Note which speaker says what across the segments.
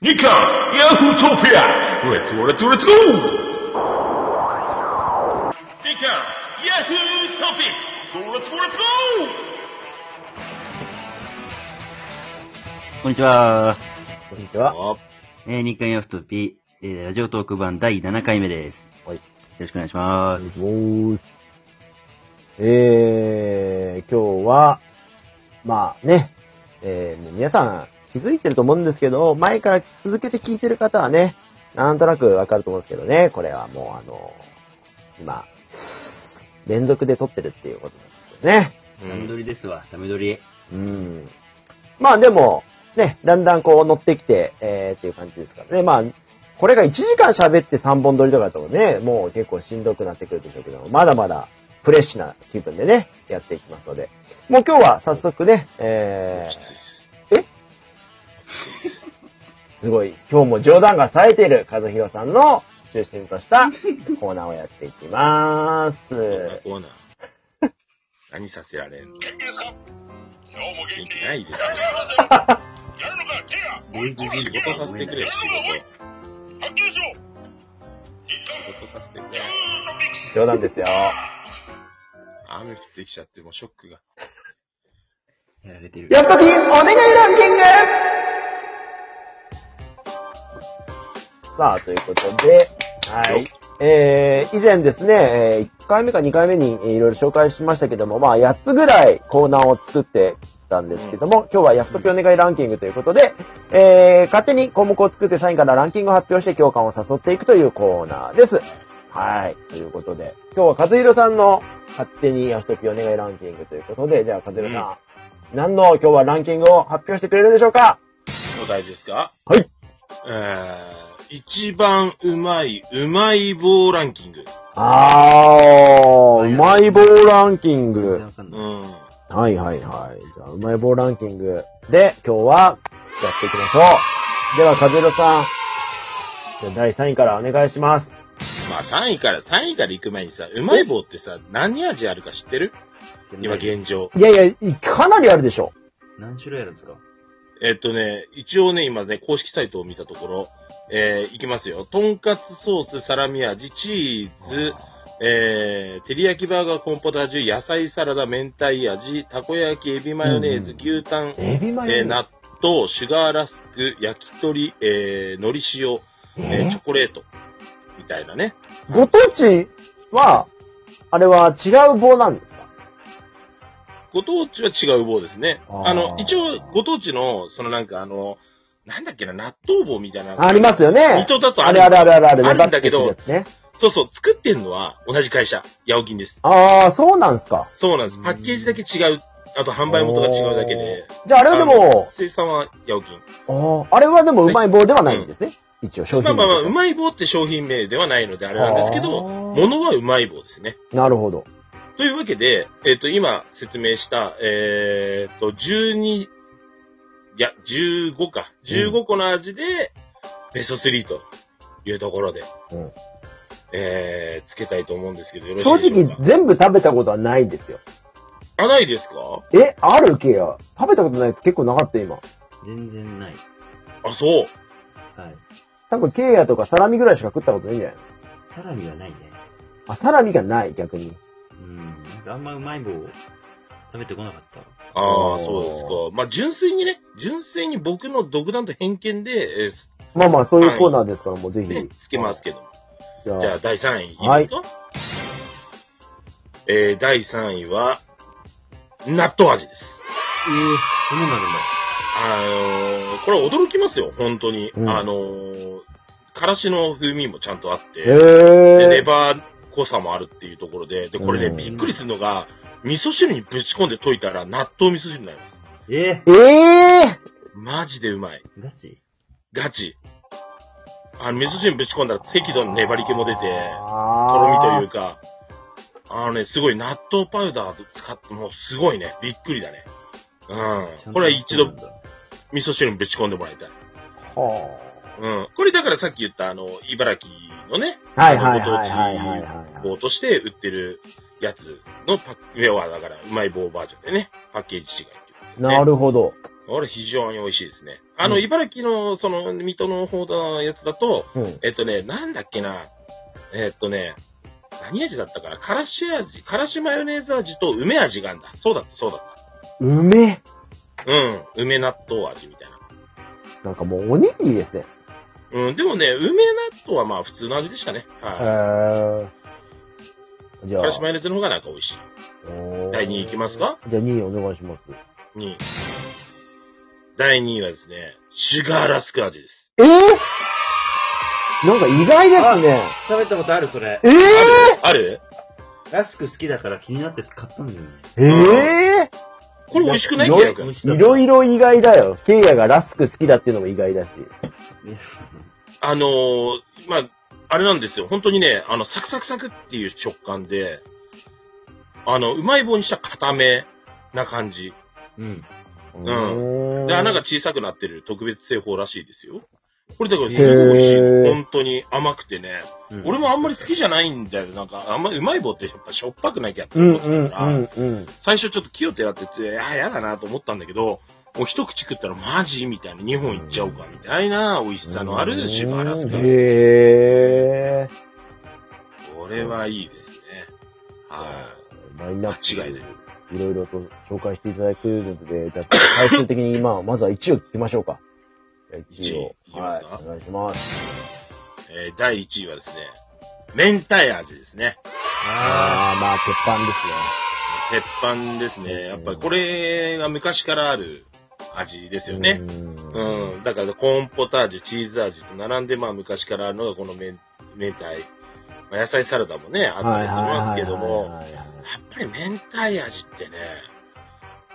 Speaker 1: 日刊ヤフートピアレッツゴーレッツゴーレッツゴー日刊ヤフートピックスゴーレッツゴーレッツゴー
Speaker 2: こんにちは。
Speaker 3: こんにちは。
Speaker 1: あ
Speaker 2: えー、日刊ヤフトピ、えー、ラジオトーク版第7回目です。
Speaker 3: はい
Speaker 2: よろしくお願いします。
Speaker 3: えー、今日は、まあね、えー、もう皆さん気づいてると思うんですけど、前から続けて聞いてる方はね、なんとなくわかると思うんですけどね、これはもうあの、今、連続で撮ってるっていうことなんですよね。
Speaker 1: う
Speaker 2: ダメ
Speaker 1: ん
Speaker 2: 撮りですわ、ダメ撮り。
Speaker 3: うん。まあでも、ね、だんだんこう乗ってきて、えー、っていう感じですからね。まあ、これが1時間喋って3本撮りとかだとね、もう結構しんどくなってくるでしょうけど、まだまだフレッシュな気分でね、やっていきますので。もう今日は早速ね、えー、え すごい、今日も冗談が冴えている和弘さんの中心としたコーナーをやっていきます。
Speaker 1: コーナー。 何させられんの
Speaker 4: 元気ですか今日も元
Speaker 1: 元
Speaker 4: 気
Speaker 1: 気ないです。
Speaker 4: やるのかケアおい
Speaker 1: 自分で事させてくれ、仕
Speaker 4: はっきりしろ一旦
Speaker 1: 事。事させてくれ
Speaker 4: ヤ。フートピックス
Speaker 3: 冗談ですよ。
Speaker 1: 雨降ってきちゃって、もうショックが。
Speaker 2: やられてる。
Speaker 3: やっとピン、お願いランキングさあ、ということで、はい。えー、以前ですね、えー1回目か2回目にえーいろいろ紹介しましたけども、まあ、8つぐらいコーナーを作ってたんですけども、今日はやっとピンお願いランキングということで、えー、勝手に項目を作ってサインからランキングを発表して共感を誘っていくというコーナーです。はい。ということで、今日は和弘さんの勝手にやひときお願いランキングということで、じゃあ和弘さん、何の今日はランキングを発表してくれるでしょうか
Speaker 1: お題ですか
Speaker 3: はい。
Speaker 1: えー、一番うまい、うまい棒ランキング。
Speaker 3: あー、うまい棒ランキ
Speaker 2: 全
Speaker 3: ング
Speaker 2: 然。わかん
Speaker 1: う
Speaker 2: ない。
Speaker 1: ん。
Speaker 3: はいはいはい。じゃあ、うまい棒ランキングで、今日はやっていきましょう。では、和弘さん。じゃあ第3位からお願いします。
Speaker 1: まあ3位から、3位から行く前にさ、うまい棒ってさ、何味あるか知ってる今
Speaker 2: 何
Speaker 1: 現状。
Speaker 3: いやいや、かなりあるでしょ。
Speaker 2: 何種類あるんですか
Speaker 1: えっとね、一応ね、今ね、公式サイトを見たところ、えー、いきますよ。とんかつソース、サラミ味、チーズ、えー、照り焼きバーガー、コンポタージュ、野菜サラダ、明太味、たこ焼き、エビマヨネーズ、
Speaker 3: うん
Speaker 1: 牛タン、
Speaker 3: エビマ
Speaker 1: え
Speaker 3: ヨ
Speaker 1: ー、納豆、シュガーラスク、焼き鳥、えー、海苔塩、えーチョコレート、みたいなね。
Speaker 3: ご当地は、あれは違う棒なんですか
Speaker 1: ご当地は違う棒ですね。
Speaker 3: あー
Speaker 1: あの、一応、ご当地の、そのなんかあの、なんだっけな、納豆棒みたいな。
Speaker 3: ありますよね
Speaker 1: 水。戸だと
Speaker 3: あ
Speaker 1: あ
Speaker 3: れ
Speaker 1: る
Speaker 3: あれあれあれあれ。
Speaker 1: あるんだけど
Speaker 3: 粘ってくるやつね、
Speaker 1: そうそう、作ってんのは同じ会社、ヤオキンです。
Speaker 3: あー、そうなんですか。
Speaker 1: そうなんです。パッケージだけ違う。あと販売元が違うだけで。
Speaker 3: じゃあ、あれはでも、
Speaker 1: 生産はヤオキン。
Speaker 3: ああれはでもうまい棒ではないんですね。一応、商
Speaker 1: まあ
Speaker 3: 品名
Speaker 1: まあ
Speaker 3: と
Speaker 1: まあ、
Speaker 3: して
Speaker 1: うまい棒って商品名ではないのであれなんですけど、
Speaker 3: あー
Speaker 1: ものはうまい棒ですね。
Speaker 3: なるほど。
Speaker 1: というわけで、えっ、と、今説明した、えっ、と、12、いや、15か。15個の味で、ベスト3というところで、
Speaker 3: うん
Speaker 1: えー、つけたいと思うんですけど、よろし
Speaker 3: 正
Speaker 1: いでしょうか
Speaker 3: 直、全部食べたことはないですよ。
Speaker 1: あ、ないですか
Speaker 3: え、あるけや。食べたことないやつ結構なかった、今。
Speaker 2: 全然ない。
Speaker 1: あ、そう。
Speaker 2: はい。
Speaker 3: 多分、ケイヤとかサラミぐらいしか食ったことないんじゃない
Speaker 2: サ
Speaker 3: の
Speaker 2: ラミはないね。
Speaker 3: あ、サラミがない、逆に。
Speaker 2: うん。なんかあんまうまい棒を食べてこなかった。
Speaker 1: ああ、
Speaker 3: あー
Speaker 1: そうですか。まあ、純粋にね、純粋に僕の独断と偏見で、えー
Speaker 3: まあまあ、そういうコーナーですから、もうぜひ。
Speaker 1: ね、つけますけど。
Speaker 3: じ
Speaker 1: じゃ
Speaker 3: ゃ
Speaker 1: あ、
Speaker 3: あ、
Speaker 1: 第3位いきますか、えー、第3位は、納豆味です。
Speaker 2: えー、そんなのあるんだ。
Speaker 1: あのーこれは驚きますよ、本当に。
Speaker 3: うん
Speaker 1: あのーからしの風味もちゃんとあって、
Speaker 3: え
Speaker 1: で、レ
Speaker 3: ー。
Speaker 1: バー濃さもあるっていうところで、で、これね、
Speaker 3: うん
Speaker 1: びっくりするのが、味噌汁にぶち込んで溶いたら納豆味噌汁になります。
Speaker 2: え
Speaker 3: え
Speaker 1: マジでうまい。
Speaker 2: ー、ガチ
Speaker 1: ガチ。あの、味噌汁ぶち込んだら適度に粘り気も出て、
Speaker 3: ー。
Speaker 1: とろみ
Speaker 3: あ
Speaker 1: というか、あのね、すごい納豆パウダー使って、もうすごいね、びっくりだね。うん。これは一度味噌汁にぶち込んでもらいたい。
Speaker 3: という。は
Speaker 1: うん。これだからさっき言ったあの、茨城のね、
Speaker 3: あはいはいはいはいはいはい。
Speaker 1: 棒として売ってるやつのパッ、上はだから、うまい棒バージョンでね、パッケージ違いっていうことでね
Speaker 3: なるほど。
Speaker 1: あれ非常に美味しいですね。あの、
Speaker 3: うん
Speaker 1: 茨城の、その、水戸の方のやつだと、
Speaker 3: うん。
Speaker 1: えっとね、なんだっけな。えっとね、何味だったかなからし味、からしマヨネーズ味と梅味があるんだ。そうだった、そうだっ
Speaker 3: うめ
Speaker 1: た。うん。梅納豆味みたいな。
Speaker 3: なんかもうおにぎりですね。
Speaker 1: うん、でもね、梅納豆はまあ普通の味でしたね。
Speaker 3: へ
Speaker 1: は
Speaker 3: ー。じ
Speaker 1: い。
Speaker 3: ゃあ
Speaker 1: からしマヨネーズの方がなんか美味しい。
Speaker 3: おー
Speaker 1: 第2位いきますか
Speaker 3: じゃあ2位お願いします。
Speaker 1: 2位。第2位はですね、シュガーラスク味です。
Speaker 3: えー、なんか意外ですね。
Speaker 2: 食べたことある、それ。
Speaker 3: え
Speaker 1: ある
Speaker 2: ラスク好きだから気になって買ったんだよね。
Speaker 3: ー、え
Speaker 1: これ美味しくない
Speaker 3: よ
Speaker 1: ケイヤ君
Speaker 2: 美味しか
Speaker 3: ー、
Speaker 2: っ
Speaker 3: い
Speaker 2: た
Speaker 3: ろいろ意外だよ。ケイヤがラスク好きだっていうのも意外だし。
Speaker 2: ね
Speaker 1: あのー、まあ、あれなんですよ。本当にね、あの、サクサクサクっていう食感で、あの、うまい棒にしたら固めな感じ。
Speaker 2: うん。
Speaker 1: ん
Speaker 3: う
Speaker 1: で、穴が
Speaker 3: へ
Speaker 1: 小さくなってる特別製法らしいですよ。これだからす
Speaker 3: へー
Speaker 1: ごい美味しい。本当に甘くてね。
Speaker 2: うん
Speaker 1: 俺もあんまり好きじゃないんだよ。なんか、あんまりうまい棒ってやっぱしょっぱくなきゃって
Speaker 3: うん
Speaker 1: 思っ
Speaker 3: うん
Speaker 1: て
Speaker 3: う
Speaker 1: た
Speaker 3: ん
Speaker 1: から、
Speaker 3: うん。
Speaker 1: 最初ちょっと気を手当てて、ああ、やだなと思ったんだけど、もう一口食ったらマジみたいな、2本いっちゃおうかみたいな美味しさのあるシュガーラスク。
Speaker 3: へー。
Speaker 1: これはいいですね。は
Speaker 3: ラインナップ。
Speaker 1: 間違いない。
Speaker 3: いろいろと紹介していただくので、じゃあ、最終的に今、 まずは1位を聞きましょうか。じゃあ1位を。
Speaker 1: 一位いきますか
Speaker 3: はい、お願いします。
Speaker 1: い。えー第1位はですね、明太味ですね。
Speaker 2: あ
Speaker 3: あー、まあ、鉄板です
Speaker 1: 鉄板ですね。やっぱりこれが昔からある味ですよ
Speaker 3: ね。
Speaker 1: ね。
Speaker 3: う
Speaker 1: うん。だからコーンポタージュ、チーズ味と並んで、まあ昔からあるのがこの明明太。まあ、野菜サラダもね、あったりしますけども、
Speaker 3: はいはいはいはい
Speaker 1: やっぱり明太味ってね、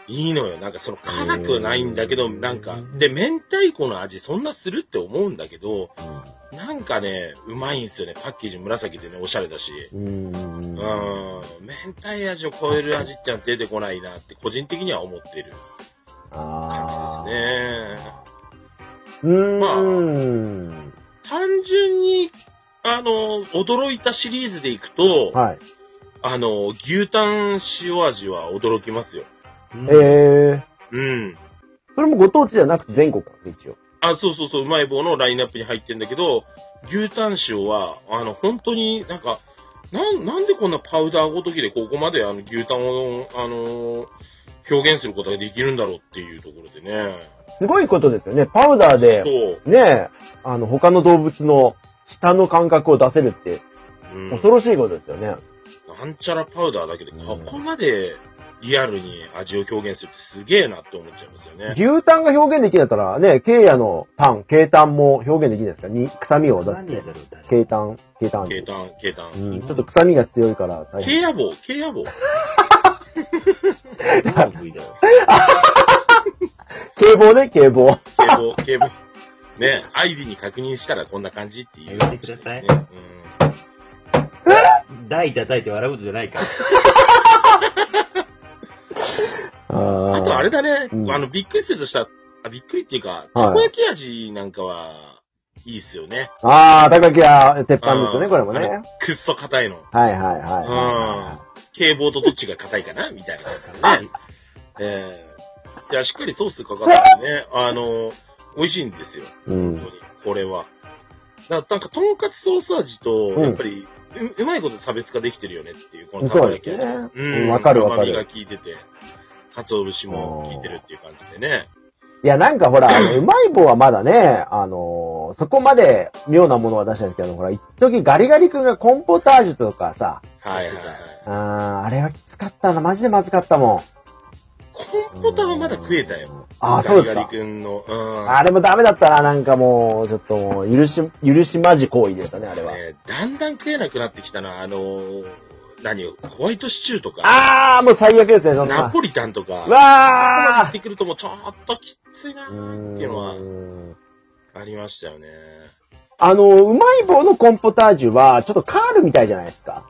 Speaker 1: いいのよ。なんかその辛くはないんだけど、
Speaker 3: うん
Speaker 1: なんか、で、明太子の味そんなするって思うんだけど、なんかね、うまいんですよね。パッケージ紫でね、おしゃれだし。
Speaker 3: うん。
Speaker 1: うん
Speaker 3: うん。あ、
Speaker 1: 明太味を超える味ってのは出てこないなって、個人的には思ってる
Speaker 3: あ
Speaker 1: 感じですね。
Speaker 3: ー。うーん。
Speaker 1: 単純に、あの、驚いたシリーズでいくと、
Speaker 3: はい。
Speaker 1: あの、牛タン塩味は驚きますよ。
Speaker 2: ー。
Speaker 3: えー。
Speaker 1: うん。
Speaker 3: それもご当地じゃなくて全国なんですね、
Speaker 1: あ、そうそうそう、うまい棒のラインナップに入ってんだけど、牛タン塩は、あの、本当になんか、なん、なんでこんなパウダーごときでここまであの牛タンを、あの、表現することができるんだろうっていうところでね。
Speaker 3: 一応。すごいことですよね。パウダーで、
Speaker 1: そう。
Speaker 3: ねえ、あの、他の動物の舌の感覚を出せるって、
Speaker 1: うん
Speaker 3: 恐ろしいことですよ
Speaker 1: な
Speaker 3: ね。
Speaker 1: んちゃらパウダーだけで、
Speaker 3: うん
Speaker 1: ここまでリアルに味を表現するってすげえなって思っちゃいますよね。
Speaker 3: 牛タンが表現できなかったら、ね、ケイヤのタン、ケイタンも表現できないですかに、臭みを出す
Speaker 2: 何。でやだろう、誰
Speaker 3: ケイタン、ケイタン
Speaker 1: ケイ
Speaker 3: 味。
Speaker 1: タン、ケイタン。
Speaker 3: うん、ちょっと臭みが強いから大
Speaker 1: ケイ
Speaker 3: 変。
Speaker 1: ヤ棒、ケイヤ棒。
Speaker 2: 何の部位 だろう。
Speaker 3: 警棒ね、警棒。
Speaker 1: 警棒、警棒。ね、アイビーに確認したらこんな感じっていう。
Speaker 2: 言ってください
Speaker 1: ね、
Speaker 2: 台叩いて笑うことじゃないから。
Speaker 1: うんあとあれ
Speaker 3: だ。
Speaker 1: だね、
Speaker 3: うん
Speaker 1: あの、びっくりするとしたあ、びっくりっていうか、
Speaker 3: はい
Speaker 1: たこ焼き味なんかは、いいっすよね。
Speaker 3: あー、高木屋、鉄板ですよ
Speaker 1: う
Speaker 3: ね、
Speaker 1: ん
Speaker 3: これもね。
Speaker 1: あ
Speaker 3: はい
Speaker 1: のくっそ硬いの。
Speaker 3: はいはいは
Speaker 1: 警棒とどっちが硬いかなみたいな感じだね。ええいや、しっかりソースかかってね、あの、美味しいんですよ。
Speaker 3: い。うん。
Speaker 1: 本当に、これは。だからなんか、とんかつソース味と、
Speaker 3: うん
Speaker 1: やっぱりう、うまいこと差別化できてるよねっていう、このた
Speaker 3: そ
Speaker 1: こ
Speaker 3: うで
Speaker 1: 焼き
Speaker 3: す
Speaker 1: 味。
Speaker 3: ね。
Speaker 1: う、
Speaker 3: うんん、わかるわか
Speaker 1: 甘みが
Speaker 3: る。
Speaker 1: 効いてて、鰹節も効いてるっていう感じでね。
Speaker 3: いや、なんかほら、あのうまい棒はまだね、あのーそこまで妙なものは出してないですけど、ほら、一時ガリガリ君がコンポタージュとかさ、
Speaker 1: はいはいはい。
Speaker 3: あーあれはきつかったな、マジでまずかったも
Speaker 1: コ
Speaker 3: ん。
Speaker 1: ンポタはまだ食えたよ。。
Speaker 3: あー、そうで
Speaker 1: ガ
Speaker 3: す
Speaker 1: リ
Speaker 3: か
Speaker 1: ガリ。君の、うん。
Speaker 3: あれもダメだったな、なんかもう、ちょっともう、許し、許しまじ行為でしたね、あれは。
Speaker 1: ねだんだん食えなくなってきたな、あのー、何よ、ホワイトシチューとか、
Speaker 3: あー、もう最悪ですね、そんな。
Speaker 1: ナポリタンとか、
Speaker 3: う
Speaker 1: やっ
Speaker 3: わ
Speaker 1: てくるともうちょっときついなー
Speaker 3: ー
Speaker 1: っていうのは
Speaker 3: うーん
Speaker 1: ありましたよね。
Speaker 3: あのー、うまい棒のコンポタージュは、ちょっとカールみたいじゃないですか。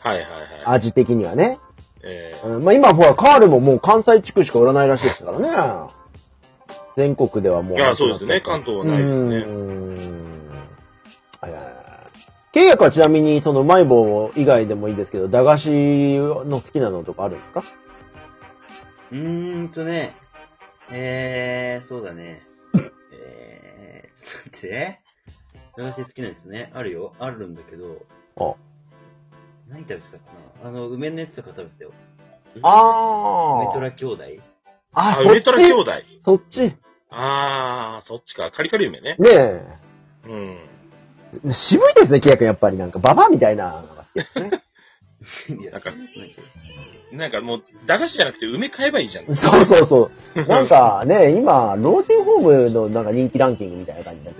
Speaker 1: はいはいはい。
Speaker 3: 味的にはね。
Speaker 1: えー
Speaker 3: うんまあ今ほら、カールももう関西地区しか売らないらしいですからね。全国ではもう。
Speaker 1: いや、そうですね。関東はないです
Speaker 3: うー
Speaker 1: ね。
Speaker 3: ん。はいはいはい契約はちなみに、その、うまい棒以外でもいいですけど、駄菓子の好きなのとかあるんですか
Speaker 2: うーんとね、えー、そうだ ね。えー、ちょっと待って。駄菓子好きなんですね。あるよ。あるんだけど。
Speaker 3: あ
Speaker 2: 何食べてたかなあの、梅のやつとか食べてたよ。
Speaker 3: あ
Speaker 2: 梅ト
Speaker 3: ー。
Speaker 2: ラ兄弟
Speaker 3: あ、
Speaker 1: あ、
Speaker 3: そ
Speaker 1: 梅
Speaker 3: っ
Speaker 1: トラ兄
Speaker 3: ち。
Speaker 1: 弟。
Speaker 3: そっち。ね
Speaker 1: あー、そっちか。カリカリ梅ね。
Speaker 3: え。
Speaker 1: うん。
Speaker 3: 渋いですね、キヤ君やっぱりなんか、ババアみたいなのが好きですね。
Speaker 2: いや
Speaker 1: なんか
Speaker 2: そなけど
Speaker 1: なんかもう、駄菓子じゃなくて梅買えばいい じゃん。
Speaker 3: そうそうそう。なんかね、今、老人ホームのなんか人気ランキングみたいな感じだっ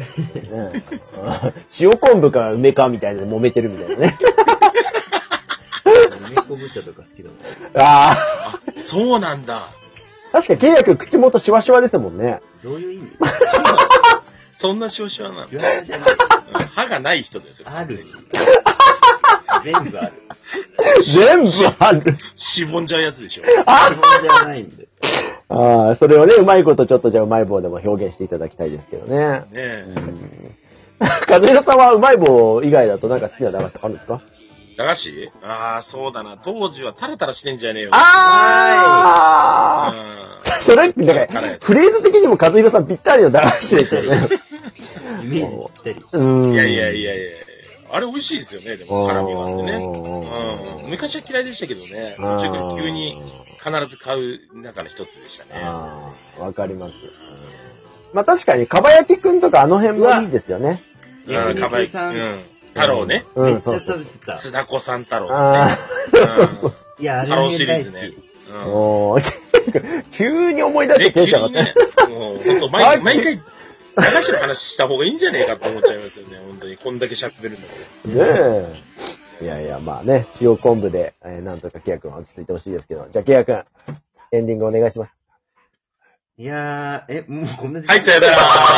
Speaker 3: たよね。塩昆布か梅かみたいなので揉めてるみたいなね。
Speaker 2: 梅昆布茶とか好きだもん。
Speaker 3: あ
Speaker 1: あ、そうなんだ。
Speaker 3: あ、確かに、ケイヤ君口元シワシワですもんね。
Speaker 2: どういう 意味
Speaker 1: そんな少子はなの。
Speaker 2: 言われじゃない。
Speaker 1: うん歯がない人ですよ。
Speaker 2: ある し。全部ある。
Speaker 3: 全部ある。
Speaker 1: しぼんじゃうやつ でしょ。
Speaker 2: 基本じゃないんで。
Speaker 3: ああ、それをね、うまいことちょっとじゃあうまい棒でも表現していただきたいですけどね。
Speaker 1: ねえ。
Speaker 3: カズヒロさんはうまい棒以外だとなんか好きな駄菓子とかあるんですか
Speaker 1: 駄菓子あー、そうだな。当時はタラタラしてんじゃねえよ。
Speaker 3: あ
Speaker 1: あ
Speaker 3: あそれ、だから、フレーズ的にもカズヒロさんぴったりの駄菓子ですよね。
Speaker 2: イメージぴったり。
Speaker 3: う。
Speaker 1: うんん。いやいやいやいやあれ美味しいですよね、でも、辛みがあってね。うん。昔は嫌いでしたけどね。途中から急に。必ず買う中の一つでしたね。
Speaker 3: ああ、わかります。まあ確かに、かば焼きくんとかあの辺もいいですよね。
Speaker 2: うわ
Speaker 1: うん、かばい。う
Speaker 2: さん
Speaker 1: ん。太郎ね。
Speaker 3: う
Speaker 2: めっ
Speaker 3: ん、
Speaker 2: ち
Speaker 3: そ
Speaker 2: ゃ
Speaker 3: うそ
Speaker 2: 食
Speaker 3: う。
Speaker 2: べてた。
Speaker 1: 須田子さん太郎。
Speaker 3: あ
Speaker 1: う
Speaker 2: い や、あ
Speaker 1: ん
Speaker 2: れ
Speaker 1: 太
Speaker 2: は
Speaker 1: 郎
Speaker 2: ね
Speaker 1: シリー
Speaker 2: 大
Speaker 1: ズ
Speaker 2: 好
Speaker 1: ね
Speaker 2: き。。
Speaker 1: うん
Speaker 3: おお 急に思い出して
Speaker 1: ね、
Speaker 3: テ
Speaker 1: 急
Speaker 3: ンション
Speaker 1: に
Speaker 3: 上がっ
Speaker 1: ね、もう、ほんと毎毎回、流しの話した方がいいんじゃねえかって思っちゃいますよね、本当に。こんだけ喋るんだか
Speaker 3: た。ねえ。いやいや、まあね、塩昆布で、えーなんとかケア君は落ち着いてほしいですけど。じゃあケア君、エンディングお願いします。
Speaker 2: いやー、え、もうこんな時
Speaker 1: ら。はい、さよなら